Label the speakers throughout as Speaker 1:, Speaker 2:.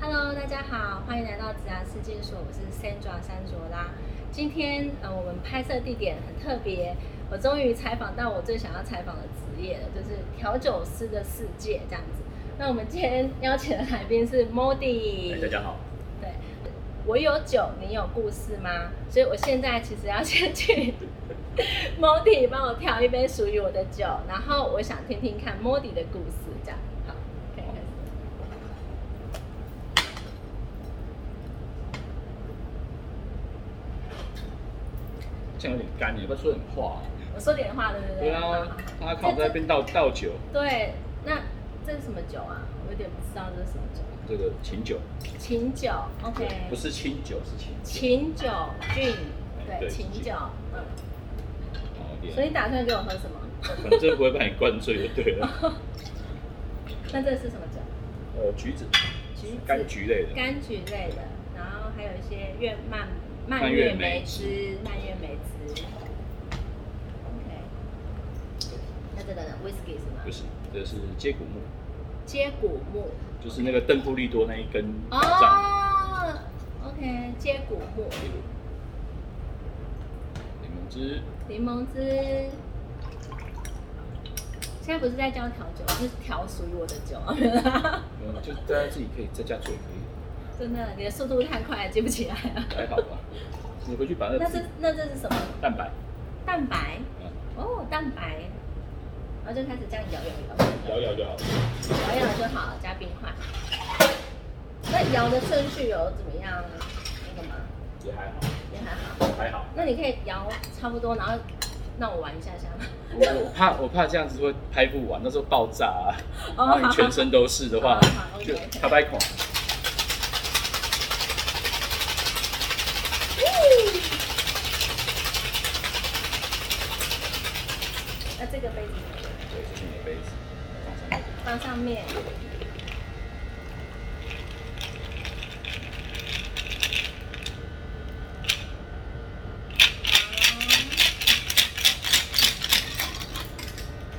Speaker 1: Hello，大家好，欢迎来到子牙世界所，我是 Sandra 山卓拉。今天呃，我们拍摄地点很特别，我终于采访到我最想要采访的职业了，就是调酒师的世界这样子。那我们今天邀请的来宾是 Modi，、
Speaker 2: 哎，大家好，
Speaker 1: 对，我有酒，你有故事吗？所以我现在其实要先 去 Modi 帮我调一杯属于我的酒，然后我想听听看 Modi 的故事，这样好，可以开始。
Speaker 2: 这样有点干，你不要说点话。
Speaker 1: 我说点话，对不对？
Speaker 2: 对
Speaker 1: 好
Speaker 2: 啊
Speaker 1: 好，
Speaker 2: 他看我在那边倒倒酒，
Speaker 1: 对，那这是什么酒啊？我有点不知道这是什么酒。
Speaker 2: 这个琴酒，
Speaker 1: 琴酒，OK，
Speaker 2: 不是清酒，是琴酒。
Speaker 1: 琴酒菌，对，
Speaker 2: 对
Speaker 1: 琴
Speaker 2: 琴
Speaker 1: 酒
Speaker 2: 酒。
Speaker 1: 嗯
Speaker 2: 好一
Speaker 1: 所以你
Speaker 2: 哦点，
Speaker 1: 打算给我喝什么？
Speaker 2: 反正不会把你灌醉就对 了。
Speaker 1: 那这是什么酒？
Speaker 2: 呃，橘子，
Speaker 1: 橘子
Speaker 2: 柑橘类的，
Speaker 1: 柑橘类的，然后还有一些月蔓蔓
Speaker 2: 蔓
Speaker 1: 越
Speaker 2: 越
Speaker 1: 莓
Speaker 2: 莓
Speaker 1: 汁、蔓越莓汁。OK，那这个呢？Whisky 是吗
Speaker 2: 不？是，这是接骨木，
Speaker 1: 接骨木。
Speaker 2: 就是那个邓布利多那一根宝藏。
Speaker 1: 哦，OK，接骨木，
Speaker 2: 这个柠檬汁，
Speaker 1: 柠檬汁。现在不是在教调酒，是调属于我的酒。
Speaker 2: 嗯，就大家自己可以在家做也可
Speaker 1: 真的，你的速度太快了，记不起来了。
Speaker 2: 以，还好吧。你回去把
Speaker 1: 那
Speaker 2: 那个
Speaker 1: 这那这呃是什么？
Speaker 2: 蛋白，
Speaker 1: 蛋白
Speaker 2: 嗯，
Speaker 1: 哦，蛋白，然后就开始这样摇摇
Speaker 2: 摇
Speaker 1: 摇，
Speaker 2: 摇就好了。
Speaker 1: 摇摇就好了，加冰块。那摇的顺序有怎么样？啊那个吗？
Speaker 2: 也还好，
Speaker 1: 也还好。
Speaker 2: 还 好。
Speaker 1: 那你可以摇差不多，然后让我玩一下下吗？
Speaker 2: 我我怕我怕这样子会拍不完，到时候爆炸啊，
Speaker 1: 哦
Speaker 2: 然后你全身都是的话
Speaker 1: 好哦好好，
Speaker 2: 就
Speaker 1: OK
Speaker 2: 卡白孔。
Speaker 1: 那这个杯子
Speaker 2: 对，这是你的杯子，放上去。
Speaker 1: 放上面。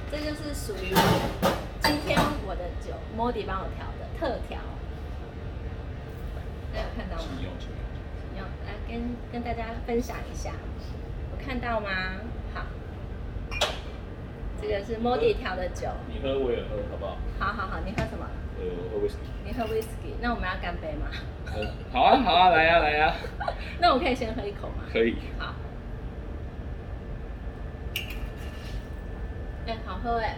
Speaker 1: 这就是属于我今天我的酒，Modi 帮我调的特调。大家有看到吗？
Speaker 2: 请用，请用。
Speaker 1: 要来跟跟大家分享一下，有看到吗？好，这个是 Modi 调的酒。
Speaker 2: 你喝我也喝，好不好？
Speaker 1: 好好好，你喝什么？
Speaker 2: 呃，我喝威士忌。
Speaker 1: 你喝 whisky，那我们要干杯吗？
Speaker 2: 呃，好啊，好啊，来啊，来啊，
Speaker 1: 那我可以先喝一口吗？
Speaker 2: 可以。
Speaker 1: 好。哎、好喝哎、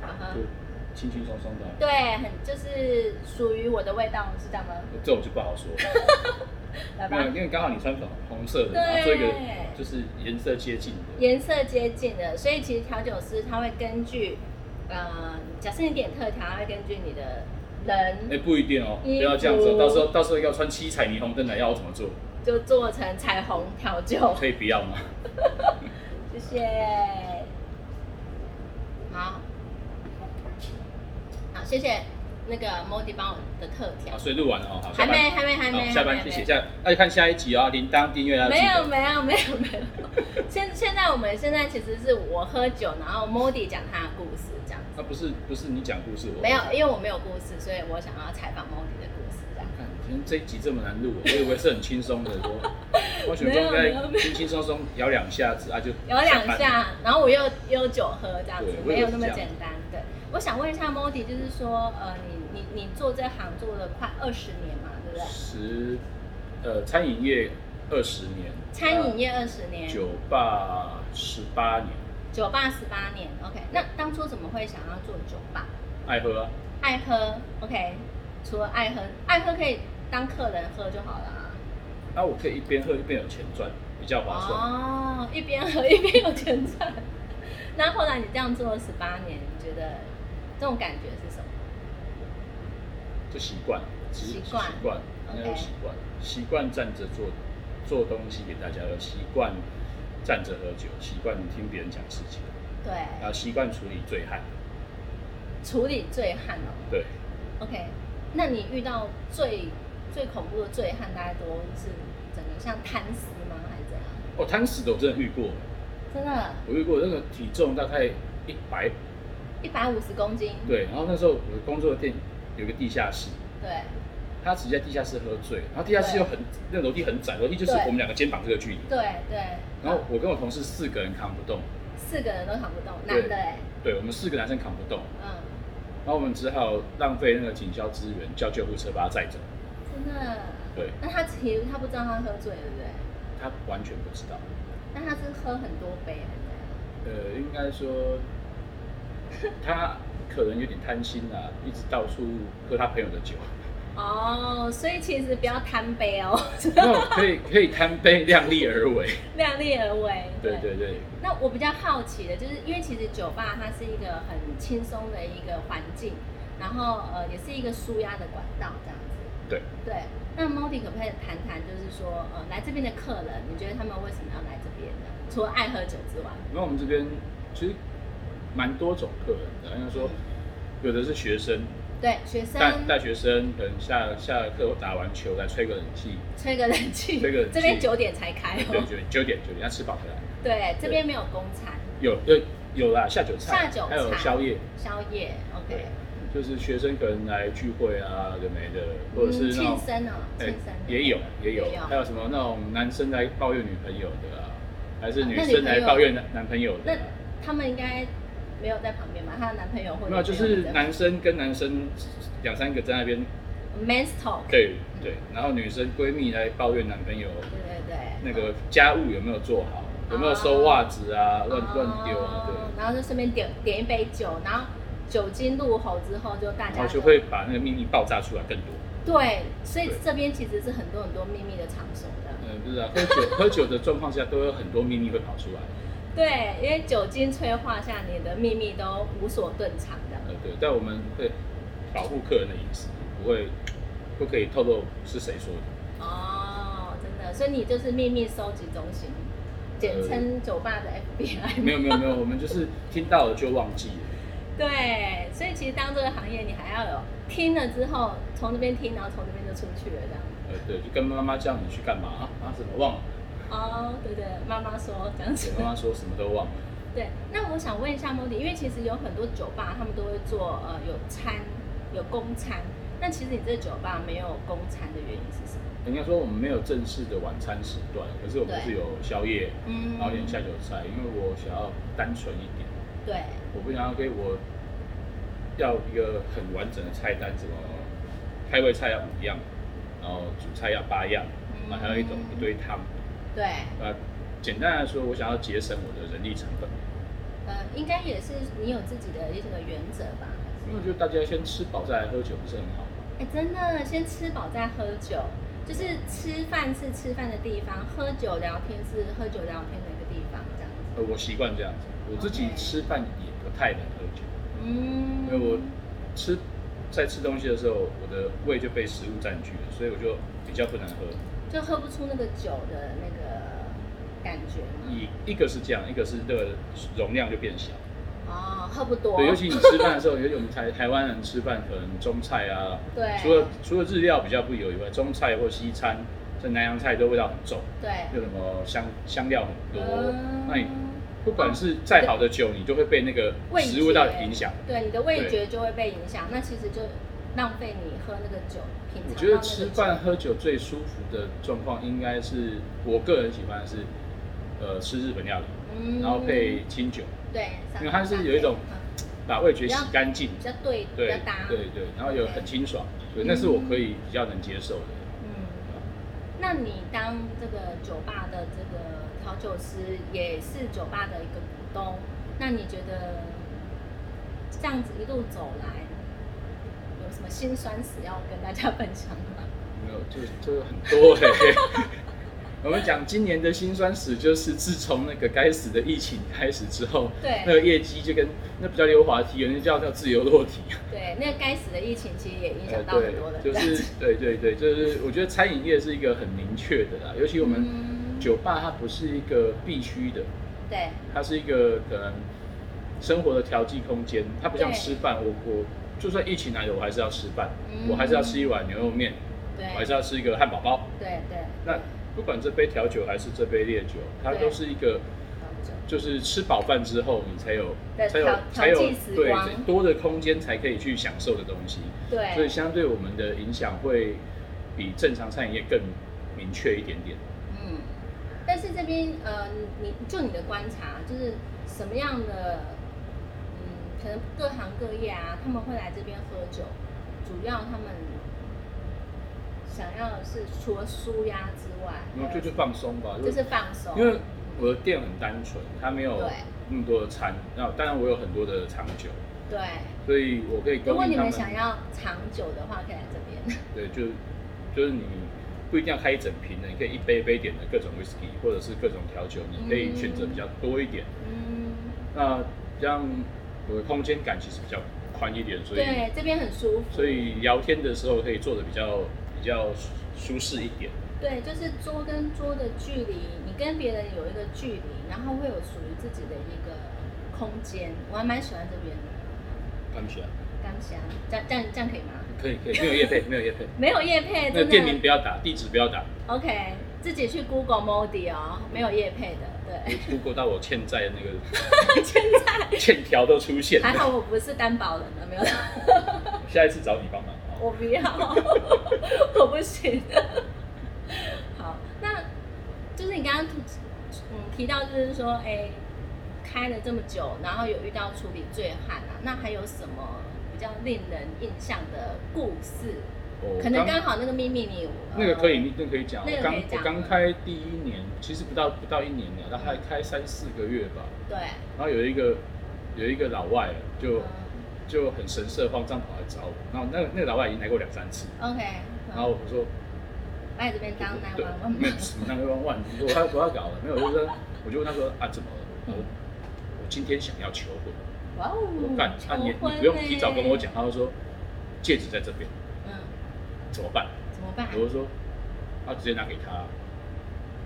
Speaker 1: 好喝
Speaker 2: 就。轻轻松松的啊，
Speaker 1: 对，很就是属于我的味道，是这样吗？
Speaker 2: 这我就不好说。
Speaker 1: 来吧
Speaker 2: 没有，，因为刚好你穿粉红色的，
Speaker 1: 对
Speaker 2: 然后做一个就是颜色接近的。
Speaker 1: 颜色接近的，所以其实调酒师他会根据，呃，假设你点特调，他会根据你的人
Speaker 2: 哎，不一定哦，不
Speaker 1: 衣服
Speaker 2: 要这样子哦，到时候到时候要穿七彩霓虹灯来，要我怎么做？
Speaker 1: 就做成彩虹调酒。
Speaker 2: 可以不要吗？
Speaker 1: 谢谢。好，好，谢谢那个 Modi 帮我的特调
Speaker 2: 好，。所以录完了哦，好，
Speaker 1: 还
Speaker 2: 下班。
Speaker 1: 没，还没，还没，
Speaker 2: 好，下班
Speaker 1: 还
Speaker 2: 去
Speaker 1: 没
Speaker 2: 写下，那就看下一集啊，铃铛订阅啊，
Speaker 1: 没有，没有，没有，没有。 现现在我们现在其实是我喝酒，然后 Modi 讲他的故事这样子。
Speaker 2: 那不是不是你讲故事，我
Speaker 1: 没有，因为我没有故事，所以我想要采访 Modi 的故事这样。
Speaker 2: 看今天这一集这么难录，我以为是很轻松的， 我我想说应
Speaker 1: 没有没有没
Speaker 2: 该
Speaker 1: 有
Speaker 2: 轻轻松松摇两下子啊，就
Speaker 1: 有两
Speaker 2: 下班了，
Speaker 1: 下，然后我又又有酒喝这样子
Speaker 2: 对，我以为
Speaker 1: 没有那么
Speaker 2: 是这样
Speaker 1: 简单。对，我想问一下 Modi，就是说，呃，你你你做这行做了快二十年嘛，对不对？
Speaker 2: 十呃餐饮业二十年，
Speaker 1: 餐饮业二十年，
Speaker 2: 酒吧十八年，
Speaker 1: 酒吧十八年，OK。那当初怎么会想要做酒吧？
Speaker 2: 爱喝啊，
Speaker 1: 爱喝，OK。除了爱喝，爱喝可以当客人喝就好了啊。
Speaker 2: 啊我可以一边喝一边有钱赚，比较划算。
Speaker 1: 哦，一边喝一边有钱赚。那后来你这样做了十八年，你觉得这种感觉是什么？
Speaker 2: 就习惯，只是
Speaker 1: 习
Speaker 2: 习
Speaker 1: 惯
Speaker 2: 惯，
Speaker 1: OK
Speaker 2: 那就习惯，习惯站着做做东西给大家喝，习惯站着喝酒，习惯听别人讲事情，
Speaker 1: 对，
Speaker 2: 然后习惯处理醉汉。
Speaker 1: 处理醉汉哦。
Speaker 2: 对，
Speaker 1: OK，那你遇到最最恐怖的醉汉大概多是整个像贪食吗，还是怎样？
Speaker 2: 哦，贪死的我真的遇过，
Speaker 1: 真的，
Speaker 2: 我遇过那个体重大概一百，
Speaker 1: 一百五十公斤，
Speaker 2: 对，然后那时候我工作的店有个地下室，
Speaker 1: 对，
Speaker 2: 他直接在地下室喝醉，然后地下室又很那个楼梯很窄，楼梯就是
Speaker 1: 对嗯
Speaker 2: 我们两个肩膀这个距离，
Speaker 1: 对对，
Speaker 2: 然后我跟我同事四个人扛不动，
Speaker 1: 四个人都扛不动，
Speaker 2: 对
Speaker 1: 男的哎，
Speaker 2: 对我们四个男生扛不动，
Speaker 1: 嗯，
Speaker 2: 然后我们只好浪费那个警消资源叫救护车把他载走，
Speaker 1: 真的。
Speaker 2: 对
Speaker 1: 那他其实他不知道他喝醉，对不对？
Speaker 2: 他完全不知道，
Speaker 1: 那他是喝很多杯还是怎样？
Speaker 2: 呃，应 该说他可能有点贪心啊，一直到处喝他朋友的酒。
Speaker 1: 哦，所以其实不要贪杯 哦，
Speaker 2: 那可以可以贪杯，量力 而为。
Speaker 1: 量力而为。
Speaker 2: 对对对，
Speaker 1: 那我比较好奇的就是，因为其实酒吧它是一个很轻松的一个环境，然后呃也是一个舒压的管道这样子。
Speaker 2: 对
Speaker 1: 对，那 Modi 可不可以谈谈，就是说呃来这边的客人，你觉得他们为什么要来这边呢？除了爱喝酒之外，
Speaker 2: 因为我们这边其实蛮多种客人的，应该说有的是学生，
Speaker 1: 对学生
Speaker 2: 大大学生可能下下了课打完球来吹个冷气，
Speaker 1: 吹个冷气，
Speaker 2: 吹个冷气
Speaker 1: 这边九点才开
Speaker 2: 对
Speaker 1: 哦，
Speaker 2: 九九点九点要吃饱才来。
Speaker 1: 对，这边没有公餐、
Speaker 2: 有有有啦，下酒菜，
Speaker 1: 下酒
Speaker 2: 还有
Speaker 1: 菜
Speaker 2: 宵夜，
Speaker 1: 宵夜，OK，
Speaker 2: 对，就是学生可能来聚会啊，有的没的，或者是那种
Speaker 1: 庆。生哦，庆
Speaker 2: 哎
Speaker 1: 生
Speaker 2: 也有也有
Speaker 1: 也有，
Speaker 2: 还有什么那种男生来抱怨女朋友的啊，还是
Speaker 1: 啊
Speaker 2: 女
Speaker 1: 那女
Speaker 2: 生
Speaker 1: 朋
Speaker 2: 来
Speaker 1: 友
Speaker 2: 抱怨男男朋友的、
Speaker 1: 那
Speaker 2: 啊？
Speaker 1: 他们应该没有在旁边吧？她的男朋友或者
Speaker 2: 没有，就是男生跟男生两三个在那边，
Speaker 1: man's talk，
Speaker 2: 对
Speaker 1: 嗯
Speaker 2: 对，然后女生闺蜜来抱怨男朋友
Speaker 1: 对对对，
Speaker 2: 那个家务有没有做好，有没有收袜子啊，乱乱丢
Speaker 1: 哦
Speaker 2: 啊，对，
Speaker 1: 然后就顺便点点一杯酒，然后酒精入喉之后，就大家
Speaker 2: 然后就会把那个秘密爆炸出来更多。
Speaker 1: 对，所以
Speaker 2: 对
Speaker 1: 这边其实是很多很多秘密的场所的，
Speaker 2: 嗯，不是啊，喝酒 喝酒的状况下都有很多秘密会跑出来。
Speaker 1: 对，因为酒精催化下，你的秘密都无所遁藏的。
Speaker 2: 呃，对，但我们会保护客人的隐私，不会不可以透露是谁说的。
Speaker 1: 哦，真的，所以你就是秘密收集中心，简称酒吧的 FBI。
Speaker 2: 没有没有没有，我们就是听到了就忘记了。
Speaker 1: 对，所以其实当这个行业，你还要有听了之后，从这边听，然后从这边就出去了，这样。
Speaker 2: 呃，对，就跟妈妈叫你去干嘛啊？啊，怎么忘了？
Speaker 1: 哦，对对，妈妈说这样子
Speaker 2: 我。妈妈说什么都忘了。
Speaker 1: 对，那我想问一下 Modi，因为其实有很多酒吧他们都会做呃有餐有公餐，那其实你这酒吧没有公餐的原因是什么？
Speaker 2: 应该说我们没有正式的晚餐时段，可是我们
Speaker 1: 对
Speaker 2: 是有宵夜，
Speaker 1: 嗯
Speaker 2: 然后有点下酒菜，因为我想要单纯一点，
Speaker 1: 对，
Speaker 2: 我不想要给我要一个很完整的菜单，什么开胃菜要五样，然后主菜要八样，然后还有一种
Speaker 1: 嗯
Speaker 2: 一堆汤。
Speaker 1: 对，
Speaker 2: 呃，简单来说，我想要节省我的人力成本，
Speaker 1: 呃，应该也是你有自己的一个原则吧？
Speaker 2: 因为我觉得大家先吃饱再来喝酒不是很好吗？
Speaker 1: 哎，真的，先吃饱再喝酒，就是吃饭是吃饭的地方，喝酒聊天是喝酒聊天的一个地方，这样子。
Speaker 2: 呃，我习惯这样子，我自己
Speaker 1: OK
Speaker 2: 吃饭也不太能喝酒。
Speaker 1: 嗯
Speaker 2: 因为我吃在吃东西的时候，我的胃就被食物占据了，所以我就比较不能喝。
Speaker 1: 就喝不出那个酒的那个感觉嘛。
Speaker 2: 一一个是这样，一个是这个容量就变小。
Speaker 1: 哦，喝不多。
Speaker 2: 对，尤其你吃饭的时候，尤其我们台台湾人吃饭，可能中菜啊，
Speaker 1: 对
Speaker 2: 除了除了日料比较不油以外，中菜或西餐，这南洋菜都味道很重，
Speaker 1: 对。
Speaker 2: 又什么香香料很多，
Speaker 1: 嗯
Speaker 2: 那你不管是再好的酒，你就会被那个
Speaker 1: 味
Speaker 2: 食物到
Speaker 1: 觉
Speaker 2: 影响。
Speaker 1: 对，你的味觉就会被影响，那其实就浪费你喝那个酒，品
Speaker 2: 我
Speaker 1: 尝
Speaker 2: 觉
Speaker 1: 到
Speaker 2: 得
Speaker 1: 那个
Speaker 2: 吃
Speaker 1: 酒
Speaker 2: 饭喝酒最舒服的状况，应该是我个人喜欢的是，呃，吃日本料理，
Speaker 1: 嗯
Speaker 2: 然后配清酒，
Speaker 1: 对，
Speaker 2: 因为它是有一种
Speaker 1: 嗯
Speaker 2: 把味觉洗干净，
Speaker 1: 比较对，比
Speaker 2: 对
Speaker 1: 较搭，
Speaker 2: 对对，然后有很清爽，对，那是我可以比较能接受的。
Speaker 1: 嗯。那你当这个酒吧的这个调酒师，也是酒吧的一个股东，那你觉得这样子一路走来，有什么辛酸史要跟大家分享吗？
Speaker 2: 没有，就就很多嘿、嘿 我们讲今年的辛酸史，就是自从那个该死的疫情开始之后，
Speaker 1: 对
Speaker 2: 那个业绩就跟那不叫溜滑梯，人家叫叫自由落体。
Speaker 1: 对，那个该死的疫情其实也影
Speaker 2: 呃
Speaker 1: 响，到
Speaker 2: 对，
Speaker 1: 很多人，
Speaker 2: 就
Speaker 1: 这样
Speaker 2: 是
Speaker 1: 子
Speaker 2: 对对对，就是我觉得餐饮业是一个很明确的啦，尤其我们
Speaker 1: 嗯
Speaker 2: 酒吧它不是一个必须的，
Speaker 1: 对
Speaker 2: 它是一个可能生活的调剂空间，它不像
Speaker 1: 对
Speaker 2: 吃饭，我我就算疫情来了，我还是要吃饭，
Speaker 1: 嗯
Speaker 2: 我还是要吃一碗牛肉面，
Speaker 1: 对，
Speaker 2: 我还是要吃一个汉堡包。
Speaker 1: 对对，
Speaker 2: 那不管这杯调酒还是这杯烈酒，它
Speaker 1: 对
Speaker 2: 都是一个。就是吃饱饭之后，你才有
Speaker 1: 对
Speaker 2: 才有
Speaker 1: 调
Speaker 2: 才有
Speaker 1: 调剂时
Speaker 2: 对
Speaker 1: 光
Speaker 2: 多的空间才可以去享受的东西。
Speaker 1: 对，
Speaker 2: 所以相对我们的影响会比正常餐饮业更明确一点点。
Speaker 1: 嗯，但是这边呃，你你就你的观察，就是什么样的，嗯，可能各行各业啊，他们会来这边喝酒，主要他们想要的是除了舒压之外，
Speaker 2: 然嗯后就就放松吧，
Speaker 1: 就是放松，
Speaker 2: 因为我的店很单纯，它没有
Speaker 1: 对
Speaker 2: 那么多的餐，那当然我有很多的长久，
Speaker 1: 对。
Speaker 2: 所以我可以
Speaker 1: 如
Speaker 2: 供
Speaker 1: 果你
Speaker 2: 应他
Speaker 1: 们
Speaker 2: 们。
Speaker 1: 想要长久的话，可以来这边。
Speaker 2: 对，就就是你不一定要开一整瓶的，你可以一杯一杯点的各种 whisky 或者是各种调酒，你可以选择比较多一点。
Speaker 1: 嗯，
Speaker 2: 那这样我的空间感其实比较宽一 点，所以
Speaker 1: 对，这边很舒服。
Speaker 2: 所以聊天的时候可以做的比较比较舒舒适一点。
Speaker 1: 对，就是桌跟桌的距离，你跟别人有一个距离，然后会有属于自己的一个空间。我还蛮喜欢这边的，
Speaker 2: 看起来
Speaker 1: 刚想，这样这样这样可以吗？
Speaker 2: 可以可以，没有业配，没有业配。
Speaker 1: 没有叶配，哎
Speaker 2: 那
Speaker 1: 真
Speaker 2: 个店名
Speaker 1: 的。
Speaker 2: 不要打，地址不要打，
Speaker 1: OK，自己去 Google Modi 哦，没有叶配的，对。
Speaker 2: 我 Google 到我欠债的那
Speaker 1: 现在
Speaker 2: 个欠条都出现了
Speaker 1: 还好我不是担保人了，没有，
Speaker 2: 下一次找你帮忙啊。
Speaker 1: 我不要， 我不行。好，那就是你刚刚提嗯提到，就是说，哎，开了这么久，然后有遇到处理醉汉啊，那还有什么比较令人印象的故事？
Speaker 2: 我
Speaker 1: 可能刚好那个秘密你、呃
Speaker 2: 那个可以，那个可以讲。
Speaker 1: 那
Speaker 2: 我
Speaker 1: 个可
Speaker 2: 刚
Speaker 1: 以
Speaker 2: 我
Speaker 1: 讲
Speaker 2: 刚开第一年，其实不到不到一年了，大概开三四个月吧。
Speaker 1: 对，
Speaker 2: 然后有一个有一个老外就
Speaker 1: 嗯
Speaker 2: 就很神色慌张跑来找我，然后那个那个老外已经来过两三次，
Speaker 1: ，OK，
Speaker 2: 然后
Speaker 1: 好，
Speaker 2: 我说
Speaker 1: 嗯来这边当
Speaker 2: 对
Speaker 1: 男玩，
Speaker 2: 没有什么那个万万，我要我要搞了，没有，就是说我就问他说啊怎么了？我
Speaker 1: 嗯
Speaker 2: 我今天想要求婚，
Speaker 1: 哇哦，
Speaker 2: 我干，
Speaker 1: 求
Speaker 2: 他你你
Speaker 1: 婚
Speaker 2: 不用提早跟我
Speaker 1: 嘞
Speaker 2: 讲，，他就说戒指在这边，
Speaker 1: 嗯，
Speaker 2: 怎么办？
Speaker 1: 怎么办？
Speaker 2: 我就说他直接拿给他。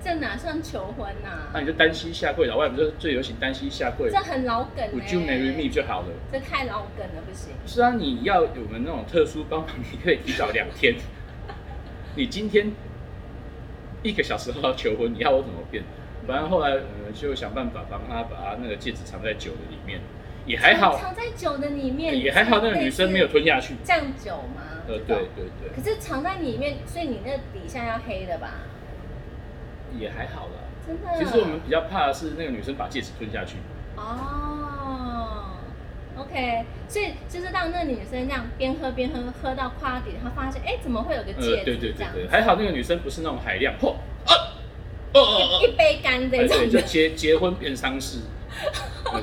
Speaker 1: 这
Speaker 2: 啊
Speaker 1: 哪算求婚呐、
Speaker 2: 那你就单膝下跪，老外不是最流行单膝下跪
Speaker 1: 这很老梗哎、
Speaker 2: ，Would you marry me 就好了。
Speaker 1: 这太老梗了，不行。
Speaker 2: 是啊，你要我们那种特殊帮忙，你可以提早两天。你今天一个小时后要求婚，你要我怎么变？反正后来我们就想办法帮他把他那个戒指藏在酒的里面，也还好，
Speaker 1: 藏在酒的里面，
Speaker 2: 也还好那个女生没有
Speaker 1: 类似
Speaker 2: 吞下去。
Speaker 1: 酱酒吗？
Speaker 2: 呃，
Speaker 1: 这
Speaker 2: 对
Speaker 1: 种。
Speaker 2: 对对，
Speaker 1: 可是藏在里面，所以你那底下要黑的吧？
Speaker 2: 也还好啦。
Speaker 1: 真的。啊
Speaker 2: 其实我们比较怕的是那个女生把戒指吞下去，
Speaker 1: 哦，OK，所以就是让那女生这样边喝边喝，喝到夸底，她发现哎，怎么会有个
Speaker 2: 呃，
Speaker 1: 戒
Speaker 2: 对
Speaker 1: 指
Speaker 2: 对
Speaker 1: 这
Speaker 2: 对
Speaker 1: 样？
Speaker 2: 对，还好那个女生不是那种海量，嚯，啊，哦哦哦，
Speaker 1: 一杯干这
Speaker 2: 哎
Speaker 1: 种
Speaker 2: 对，就
Speaker 1: 的，
Speaker 2: 结结婚变丧事，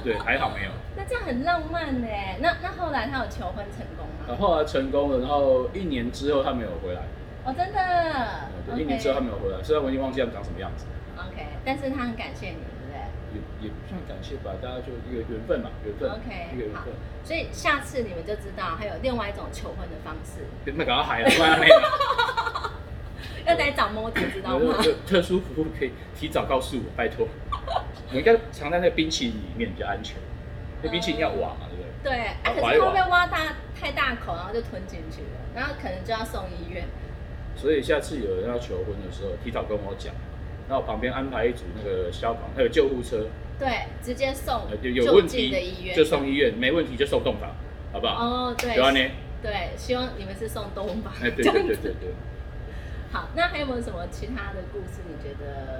Speaker 2: 对对，还好没有。
Speaker 1: 那这样很浪漫哎。那那后来她有求婚成功吗？
Speaker 2: 然后来成功了，然后一年之后他没有回来，
Speaker 1: 哦，真的
Speaker 2: 呃。啊对
Speaker 1: OK
Speaker 2: 一年之后他没有回来，虽然我已经忘记他们长什么样子，
Speaker 1: OK，但是他很感谢你，对不对？
Speaker 2: 也也不算感谢吧，大家就一个缘分嘛，缘分
Speaker 1: OK，
Speaker 2: 一个缘
Speaker 1: 好
Speaker 2: 分。
Speaker 1: 所以下次你们就知道还有另外一种求婚的方式，
Speaker 2: 别那搞到海了，啊不 然没了。
Speaker 1: 要来找 m o 知道吗
Speaker 2: 有？有特殊服务可以提早告诉我，拜托。我应该藏在那个冰淇淋里面比较安全，那冰淇淋要挖嘛，对不对？
Speaker 1: 对，啊、可是他
Speaker 2: 怀
Speaker 1: 会
Speaker 2: 柔
Speaker 1: 不会挖大太大口，然后就吞进去了，然后可能就要送医院。
Speaker 2: 所以下次有人要求婚的时候，提早跟我讲，然后旁边安排一组那个消防，还有救护车，
Speaker 1: 对，直接送
Speaker 2: 呃，有有
Speaker 1: 就
Speaker 2: 问
Speaker 1: 近
Speaker 2: 题
Speaker 1: 的医院。
Speaker 2: 就送医院，没问题就送洞房，好不好？
Speaker 1: 哦，对，
Speaker 2: 有啊呢。
Speaker 1: 对，希望你们是送东吧。
Speaker 2: 哎，对
Speaker 1: 这
Speaker 2: 对
Speaker 1: 样
Speaker 2: 对
Speaker 1: 子
Speaker 2: 对对。
Speaker 1: 好，那还有没有什么其他的故事？你觉得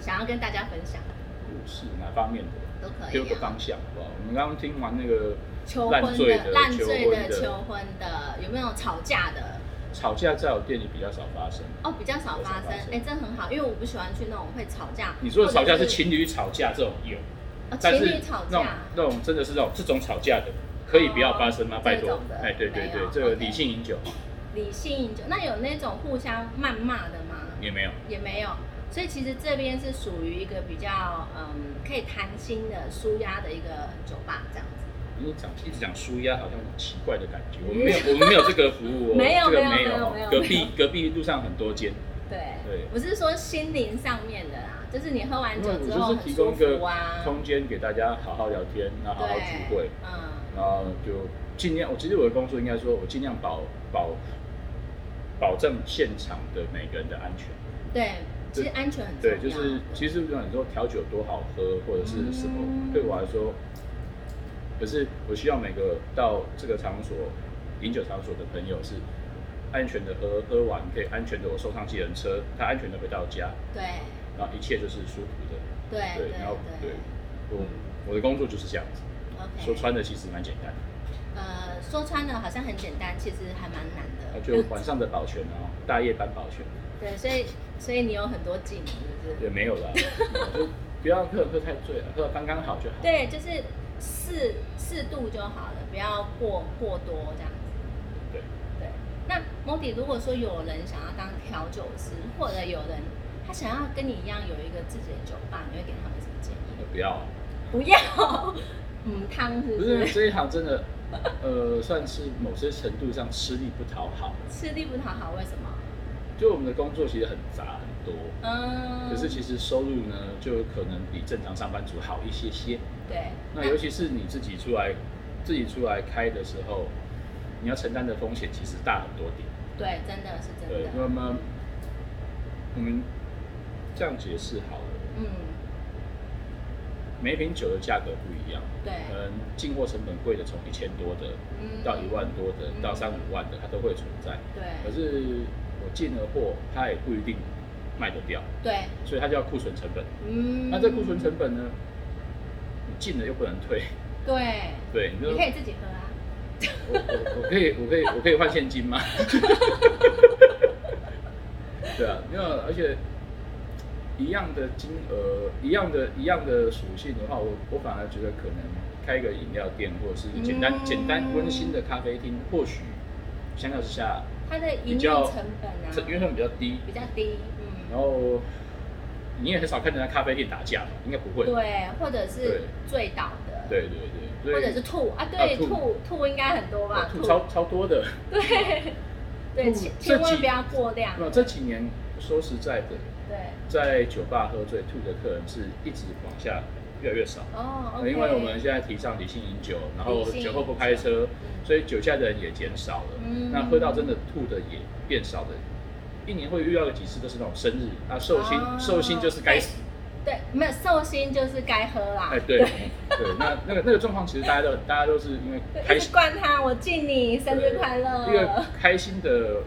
Speaker 1: 想要跟大家分享
Speaker 2: 故事哪方面的？
Speaker 1: 都可
Speaker 2: 给
Speaker 1: 以、
Speaker 2: 我个
Speaker 1: 啊。
Speaker 2: 方向好不好？我们刚刚听完那个
Speaker 1: 求
Speaker 2: 烂
Speaker 1: 婚
Speaker 2: 醉的
Speaker 1: 的、烂醉的、
Speaker 2: 求
Speaker 1: 求婚的，有没有吵架的？
Speaker 2: 吵架，在我店里比较少发生。
Speaker 1: 哦，比较少发生，哎、
Speaker 2: 比较少发生
Speaker 1: 这很好，因为我不喜欢去那种会吵架。
Speaker 2: 你说的吵架
Speaker 1: 或
Speaker 2: 是
Speaker 1: 者
Speaker 2: 情侣吵架这种有，
Speaker 1: 哦
Speaker 2: 但
Speaker 1: 情
Speaker 2: 是
Speaker 1: 侣吵
Speaker 2: 那种
Speaker 1: 架，
Speaker 2: 那种真的是那种这种吵架的，可以不要发生吗
Speaker 1: 哦？
Speaker 2: 拜
Speaker 1: 这
Speaker 2: 托
Speaker 1: 种的。
Speaker 2: 哎，对对
Speaker 1: 没
Speaker 2: 对
Speaker 1: 有，
Speaker 2: 这个
Speaker 1: OK
Speaker 2: 理性饮酒
Speaker 1: 理性饮酒。那有那种互相谩骂的吗？
Speaker 2: 也没有。
Speaker 1: 也没有。所以其实这边是属于一个比较嗯可以谈心的、舒压的一个酒吧这样子。
Speaker 2: 你讲一直讲舒压，好像很奇怪的感觉。我们没有，我们没有这个服务哦，
Speaker 1: 嗯 没有
Speaker 2: 这个
Speaker 1: 没有
Speaker 2: 没
Speaker 1: 没
Speaker 2: 有
Speaker 1: 有
Speaker 2: 哦。隔
Speaker 1: 没有
Speaker 2: 壁隔壁路上很多间，
Speaker 1: 对，
Speaker 2: 对
Speaker 1: 我是说心灵上面的啦，就是你喝完
Speaker 2: 因
Speaker 1: 酒
Speaker 2: 为我
Speaker 1: 之
Speaker 2: 就
Speaker 1: 后
Speaker 2: 是
Speaker 1: 很
Speaker 2: 提
Speaker 1: 舒
Speaker 2: 供一个
Speaker 1: 服啊，
Speaker 2: 空间给大家好好聊天，那好好聚会
Speaker 1: 对。，嗯，
Speaker 2: 然后就尽量，我其实我的工作应该说，我尽量保保保证现场的每个人的安全。
Speaker 1: 对，其实安全很重
Speaker 2: 对，
Speaker 1: 要。
Speaker 2: 就是其实有很多调酒多好喝，或者是什么，
Speaker 1: 嗯
Speaker 2: 对我来说，可是我希望每个到这个场所饮酒场所的朋友是安全的喝喝完，可以安全的我送上计程车，他安全的回到家，
Speaker 1: 对
Speaker 2: 然后一切就是舒服的。
Speaker 1: 对
Speaker 2: 对，然后
Speaker 1: 对
Speaker 2: 对，我我的工作就是这样子，
Speaker 1: ，OK。
Speaker 2: 说穿的其实蛮简单的，
Speaker 1: 呃，说穿了好像很简单，其实还蛮难
Speaker 2: 那
Speaker 1: 的。
Speaker 2: 就晚上的保全啊，大夜班保全
Speaker 1: 对，所以所以你有很多技能，是不是？
Speaker 2: 也没有 啦，就不要喝喝太醉了，喝得刚刚好就好。
Speaker 1: 对，就是适适度就好了，不要过过多这样子。
Speaker 2: 对，
Speaker 1: 对，那 Modi，如果说有人想要当调酒师，或者有人他想要跟你一样有一个自己的酒吧，你会给他们什么建议？
Speaker 2: 不要啊，
Speaker 1: 不要，嗯，汤是
Speaker 2: 不
Speaker 1: 不
Speaker 2: 是
Speaker 1: 是？
Speaker 2: 这一行真的，呃，算是某些程度上吃力不讨好。
Speaker 1: 吃力不讨好，为什么？
Speaker 2: 就我们的工作其实很杂很多，
Speaker 1: 嗯，
Speaker 2: 可是其实收入呢，就可能比正常上班族好一些些。
Speaker 1: 嗯对，
Speaker 2: 那尤其是你自己出来，自己出来开的时候，你要承担的风险其实大很多点。
Speaker 1: 对，真的是真
Speaker 2: 对
Speaker 1: 的，，
Speaker 2: 那么我们这样解释好了，
Speaker 1: 嗯，
Speaker 2: 每一瓶酒的价格不一样，
Speaker 1: 对，
Speaker 2: 可能进货成本贵的从一千多的
Speaker 1: 嗯，
Speaker 2: 到一万多的
Speaker 1: 嗯
Speaker 2: 到三五万的，它都会存在。可
Speaker 1: 对，
Speaker 2: 是我进了货，它也不一定卖得掉，
Speaker 1: 对，
Speaker 2: 所以它叫库存成本。
Speaker 1: 嗯，
Speaker 2: 那这库存成本呢，你进了又不能退，
Speaker 1: 对，
Speaker 2: 对，你就
Speaker 1: 你可以自己喝啊，
Speaker 2: 我我我可以我可以我可以换现金吗？ 对啊，没有，而且一样的金额，一样的一样的属性的话，我我反而觉得可能开个饮料店或者是简单、
Speaker 1: 嗯
Speaker 2: 简单温馨的咖啡厅，或许相较之下，
Speaker 1: 它的营
Speaker 2: 比
Speaker 1: 运
Speaker 2: 较
Speaker 1: 成本啊
Speaker 2: 成因为成本比较低，
Speaker 1: 比较低，
Speaker 2: 然
Speaker 1: 嗯，
Speaker 2: 后你也很少看见在咖啡店打架嘛，应该不会。
Speaker 1: 对，或者
Speaker 2: 对
Speaker 1: 是醉倒的，，
Speaker 2: 对对对，
Speaker 1: 或者
Speaker 2: 所
Speaker 1: 是
Speaker 2: 以
Speaker 1: 吐啊，
Speaker 2: 啊
Speaker 1: 对，
Speaker 2: 吐
Speaker 1: 吐吐应该很多吧
Speaker 2: 哦，吐槽超多的。
Speaker 1: 对，对，
Speaker 2: 吐
Speaker 1: 千
Speaker 2: 这
Speaker 1: 千万
Speaker 2: 几
Speaker 1: 不要过量，
Speaker 2: 那这几年说实在的，
Speaker 1: 对，
Speaker 2: 在酒吧喝醉吐的客人是一直往下越来越少。
Speaker 1: 哦
Speaker 2: 呃
Speaker 1: ，OK，
Speaker 2: 因为我们现在提倡理性饮酒，然后
Speaker 1: 理性饮
Speaker 2: 酒后不开车，
Speaker 1: 嗯
Speaker 2: 所以酒驾的人也减少了。
Speaker 1: 嗯
Speaker 2: 那喝到真的吐的也变少了。一年会遇到的几次都是那种生日啊，寿星，
Speaker 1: 哦
Speaker 2: 寿星就是该死。
Speaker 1: 对，没有寿星就是该喝啦，
Speaker 2: 哎，对对，那那个那个状况，其实大家都大家都是因为
Speaker 1: 对，
Speaker 2: 开
Speaker 1: 一直
Speaker 2: 心，
Speaker 1: 灌他，我敬你生日快乐，
Speaker 2: 一个开心的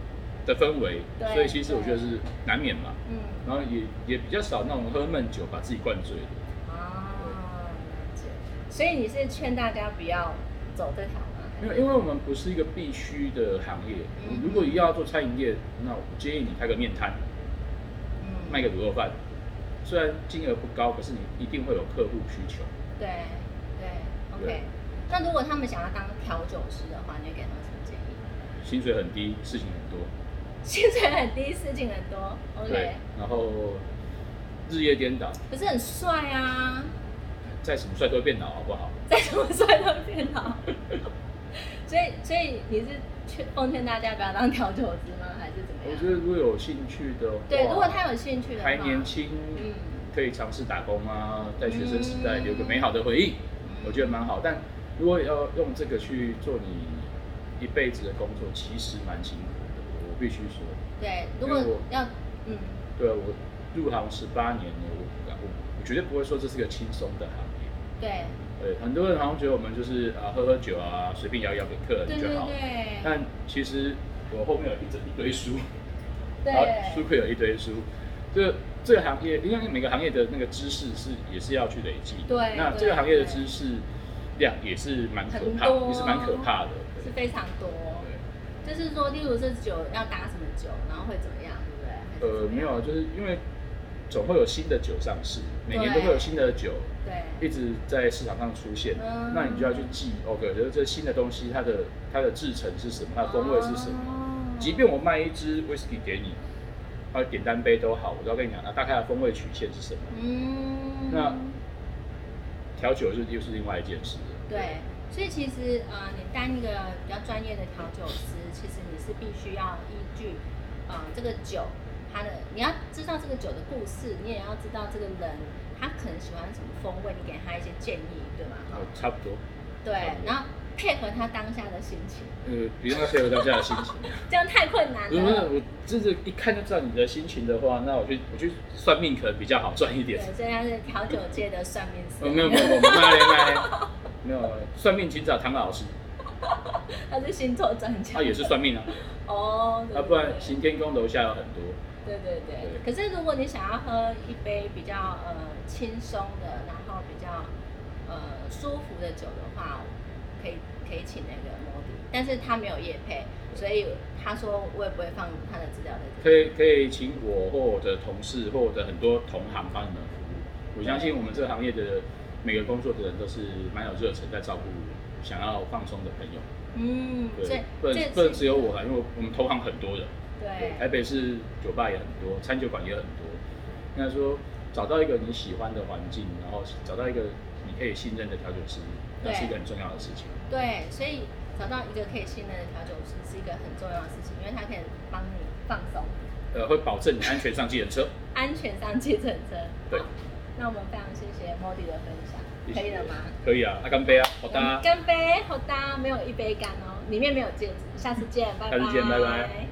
Speaker 2: 的氛围，
Speaker 1: 对
Speaker 2: 所以其实我觉得是难免嘛。
Speaker 1: 嗯，
Speaker 2: 然后也也比较少那种喝闷酒把自己灌醉的。
Speaker 1: 啊，了解，所以你是劝大家不要走这条啊吗？
Speaker 2: 因为因为我们不是一个必须的行业，
Speaker 1: 嗯
Speaker 2: 如果一定要做餐饮业，那我建议你开个面摊，
Speaker 1: 嗯，
Speaker 2: 卖个卤肉饭，虽然金额不高，可是你一定会有客户需求。
Speaker 1: 对对
Speaker 2: 对
Speaker 1: ，OK。那如果他们想要当调酒师的话，你会给他们什么建议？
Speaker 2: 薪水很低，事情很多，
Speaker 1: 薪水很低，事情很多
Speaker 2: 对
Speaker 1: ，OK，，
Speaker 2: 然后日夜颠倒，
Speaker 1: 可是很帅啊，
Speaker 2: 再什么帅都会变老，好不好？
Speaker 1: 再怎么帅都会变 老。所以，所以你是劝奉劝大家不要当调酒师吗？还是怎么
Speaker 2: 我
Speaker 1: 样？
Speaker 2: 觉得如果有兴趣的话，
Speaker 1: 啊对，如果他有兴趣的话，
Speaker 2: 还年轻，
Speaker 1: 嗯，
Speaker 2: 可以尝试打工啊，在学生时代
Speaker 1: 嗯
Speaker 2: 留个美好的回忆，
Speaker 1: 嗯
Speaker 2: 我觉得蛮好。但如果要用这个去做你一辈子的工作，其实蛮辛苦的，我必须说。
Speaker 1: 对，如
Speaker 2: 因为
Speaker 1: 果
Speaker 2: 我
Speaker 1: 要，嗯，
Speaker 2: 对啊我入行十八年了，我我我绝对不会说这是个轻松的行业。
Speaker 1: 对，
Speaker 2: 对，很多人好像觉得我们就是啊喝喝酒啊，随便摇一摇给客
Speaker 1: 对
Speaker 2: 人就
Speaker 1: 对
Speaker 2: 好。
Speaker 1: 对，
Speaker 2: 但其实我后面有一整一堆书。然后
Speaker 1: 对，
Speaker 2: 书库有一堆书，这这个行业，因为每个行业的那个知识是也是要去累积的。
Speaker 1: 对
Speaker 2: 那这个行业的知识量也是蛮可怕
Speaker 1: 很，多
Speaker 2: 也是蛮可怕的。
Speaker 1: 是非常多。就是说，例如这酒要打什么酒，然后会怎么样，对不对？还是
Speaker 2: 对，呃，
Speaker 1: 怎么
Speaker 2: 没
Speaker 1: 样
Speaker 2: 有，啊，就是因为总会有新的酒上市，每年都
Speaker 1: 对
Speaker 2: 会有新的酒
Speaker 1: 对，
Speaker 2: 一直在市场上出现，
Speaker 1: 嗯
Speaker 2: 那你就要去记，OK，就是这新的东西它的它的制成是什么，它的风味是什么。
Speaker 1: 么
Speaker 2: 即便我卖一支 whisky 给你，啊，点单杯都好，我都要跟你讲，那大概的风味曲线是什么。
Speaker 1: 嗯，
Speaker 2: 那调酒是又是另外一件事了。
Speaker 1: 对，所以其实呃，你当一个比较专业的调酒师，其实你是必须要依据呃这个酒它的，你要知道这个酒的故事，你也要知道这个人他可能喜欢什么风味，你给他一些建议，对吗？哈
Speaker 2: 呃，差不多。
Speaker 1: 对，然后配合他当下的心情，
Speaker 2: 呃，不用再配合大家的心情。
Speaker 1: 这样太困难
Speaker 2: 如果
Speaker 1: 了。
Speaker 2: 我真的一看就知道你的心情的话，那我去我去算命可能比较好赚一
Speaker 1: 对
Speaker 2: 点。，
Speaker 1: 所以他是调酒界的算命
Speaker 2: 呃，
Speaker 1: 师。
Speaker 2: 没有没有没有，没有没有没有，没有算命请找唐老师。
Speaker 1: 他是星座专家。
Speaker 2: 他也是算命啊，
Speaker 1: 哦，对
Speaker 2: 啊，
Speaker 1: 对
Speaker 2: 不然
Speaker 1: 对
Speaker 2: 行天宫楼下有很多，
Speaker 1: 对对对。可是如果你想要喝一杯比较呃轻松的，然后比较呃舒服的酒的话，可以可以请那个摩迪，但是他没有夜配，所以他说我也不会放他的资料在这
Speaker 2: 可
Speaker 1: 里。
Speaker 2: 以可以请我或我的同事或我的很多同行帮你们服务。我相信我们这个行业的每个工作的人都是蛮有热忱，在照顾想要放松的朋友。
Speaker 1: 嗯，
Speaker 2: 对
Speaker 1: 这，
Speaker 2: 不能不
Speaker 1: 这
Speaker 2: 能只有我啦，因为我我们同行很多人，
Speaker 1: 对
Speaker 2: 对，台北市酒吧也很多，餐酒馆也很多。应该说找到一个你喜欢的环境，然后找到一个你可以信任的调酒师，那
Speaker 1: 对
Speaker 2: 是一个很重要的事情。
Speaker 1: 对，所以找到一个可以信任的调酒师是一个很重要的事情，因为他可以帮你放松，
Speaker 2: 呃，会保证你安全上计程车。
Speaker 1: 安全上计程车。
Speaker 2: 对
Speaker 1: 好，那我们非常谢谢 Modi 的分享，可以了吗？？
Speaker 2: 可以啊，阿干杯啊，好哒。
Speaker 1: 干杯，好哒，没有一杯干哦，里面没有戒指，下次见，拜拜。
Speaker 2: 下次见拜拜。